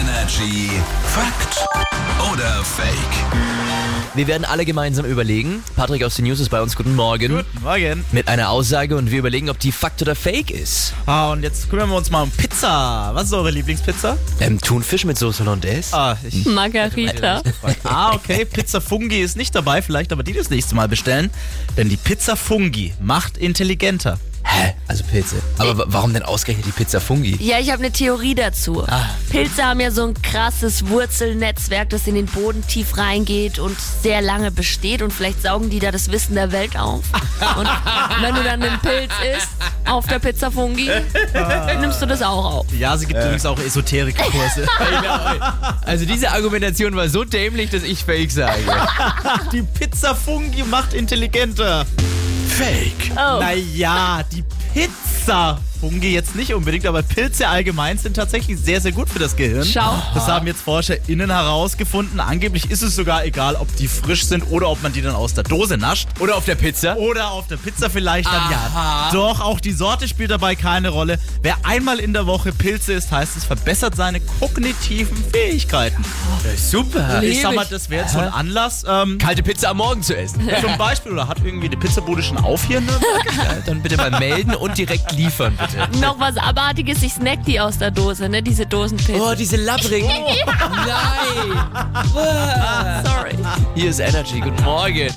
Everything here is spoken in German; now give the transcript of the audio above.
Energy Fakt oder Fake? Wir werden alle gemeinsam überlegen. Patrick aus den News ist bei uns. Guten Morgen. Guten Morgen. Mit einer Aussage und wir überlegen, ob die Fakt oder Fake ist. Ah, und jetzt kümmern wir uns mal um Pizza. Was ist eure Lieblingspizza? Ähm, Thunfisch mit Soße Hollandaise? Ah, ich. Margarita. Ah, okay. Pizza Fungi ist nicht dabei, vielleicht aber die das nächste Mal bestellen. Denn die Pizza Fungi macht intelligenter. Hä? Also Pilze. Aber wa- warum denn ausgerechnet die Pizza Fungi? Ja, ich habe eine Theorie dazu. Pilze haben ja so ein krasses Wurzelnetzwerk, das in den Boden tief reingeht und sehr lange besteht und vielleicht saugen die da das Wissen der Welt auf. Und wenn du dann einen Pilz isst auf der Pizza Fungi, nimmst du das auch auf. Ja, sie gibt übrigens auch Esoterikkurse. Also diese Argumentation war so dämlich, dass ich Fake sage. die Pizza Fungi macht intelligenter. Fake. Oh. Naja, die Pizza. Fungi jetzt nicht unbedingt, aber Pilze allgemein sind tatsächlich sehr, sehr gut für das Gehirn. Schau. Ah. Das haben jetzt ForscherInnen herausgefunden. Angeblich ist es sogar egal, ob die frisch sind oder ob man die dann aus der Dose nascht. Oder auf der Pizza? Oder auf der Pizza vielleicht dann Aha. ja. Doch, auch die Sorte spielt dabei keine Rolle. Wer einmal in der Woche Pilze isst, heißt es verbessert seine kognitiven Fähigkeiten. Super. Ich sag mal, das wäre jetzt so ein Anlass. Ähm, Kalte Pizza am Morgen Um zu essen. zum Beispiel, oder hat irgendwie eine Pizzabude schon auf hier? Ne? Dann bitte mal melden und direkt liefern, bitte. Noch was Abartiges, ich snack die aus der Dose, ne? Diese Dosenpilze. Oh, diese Labbring. Oh, Nein. Sorry. Hier ist Energy. Guten Morgen.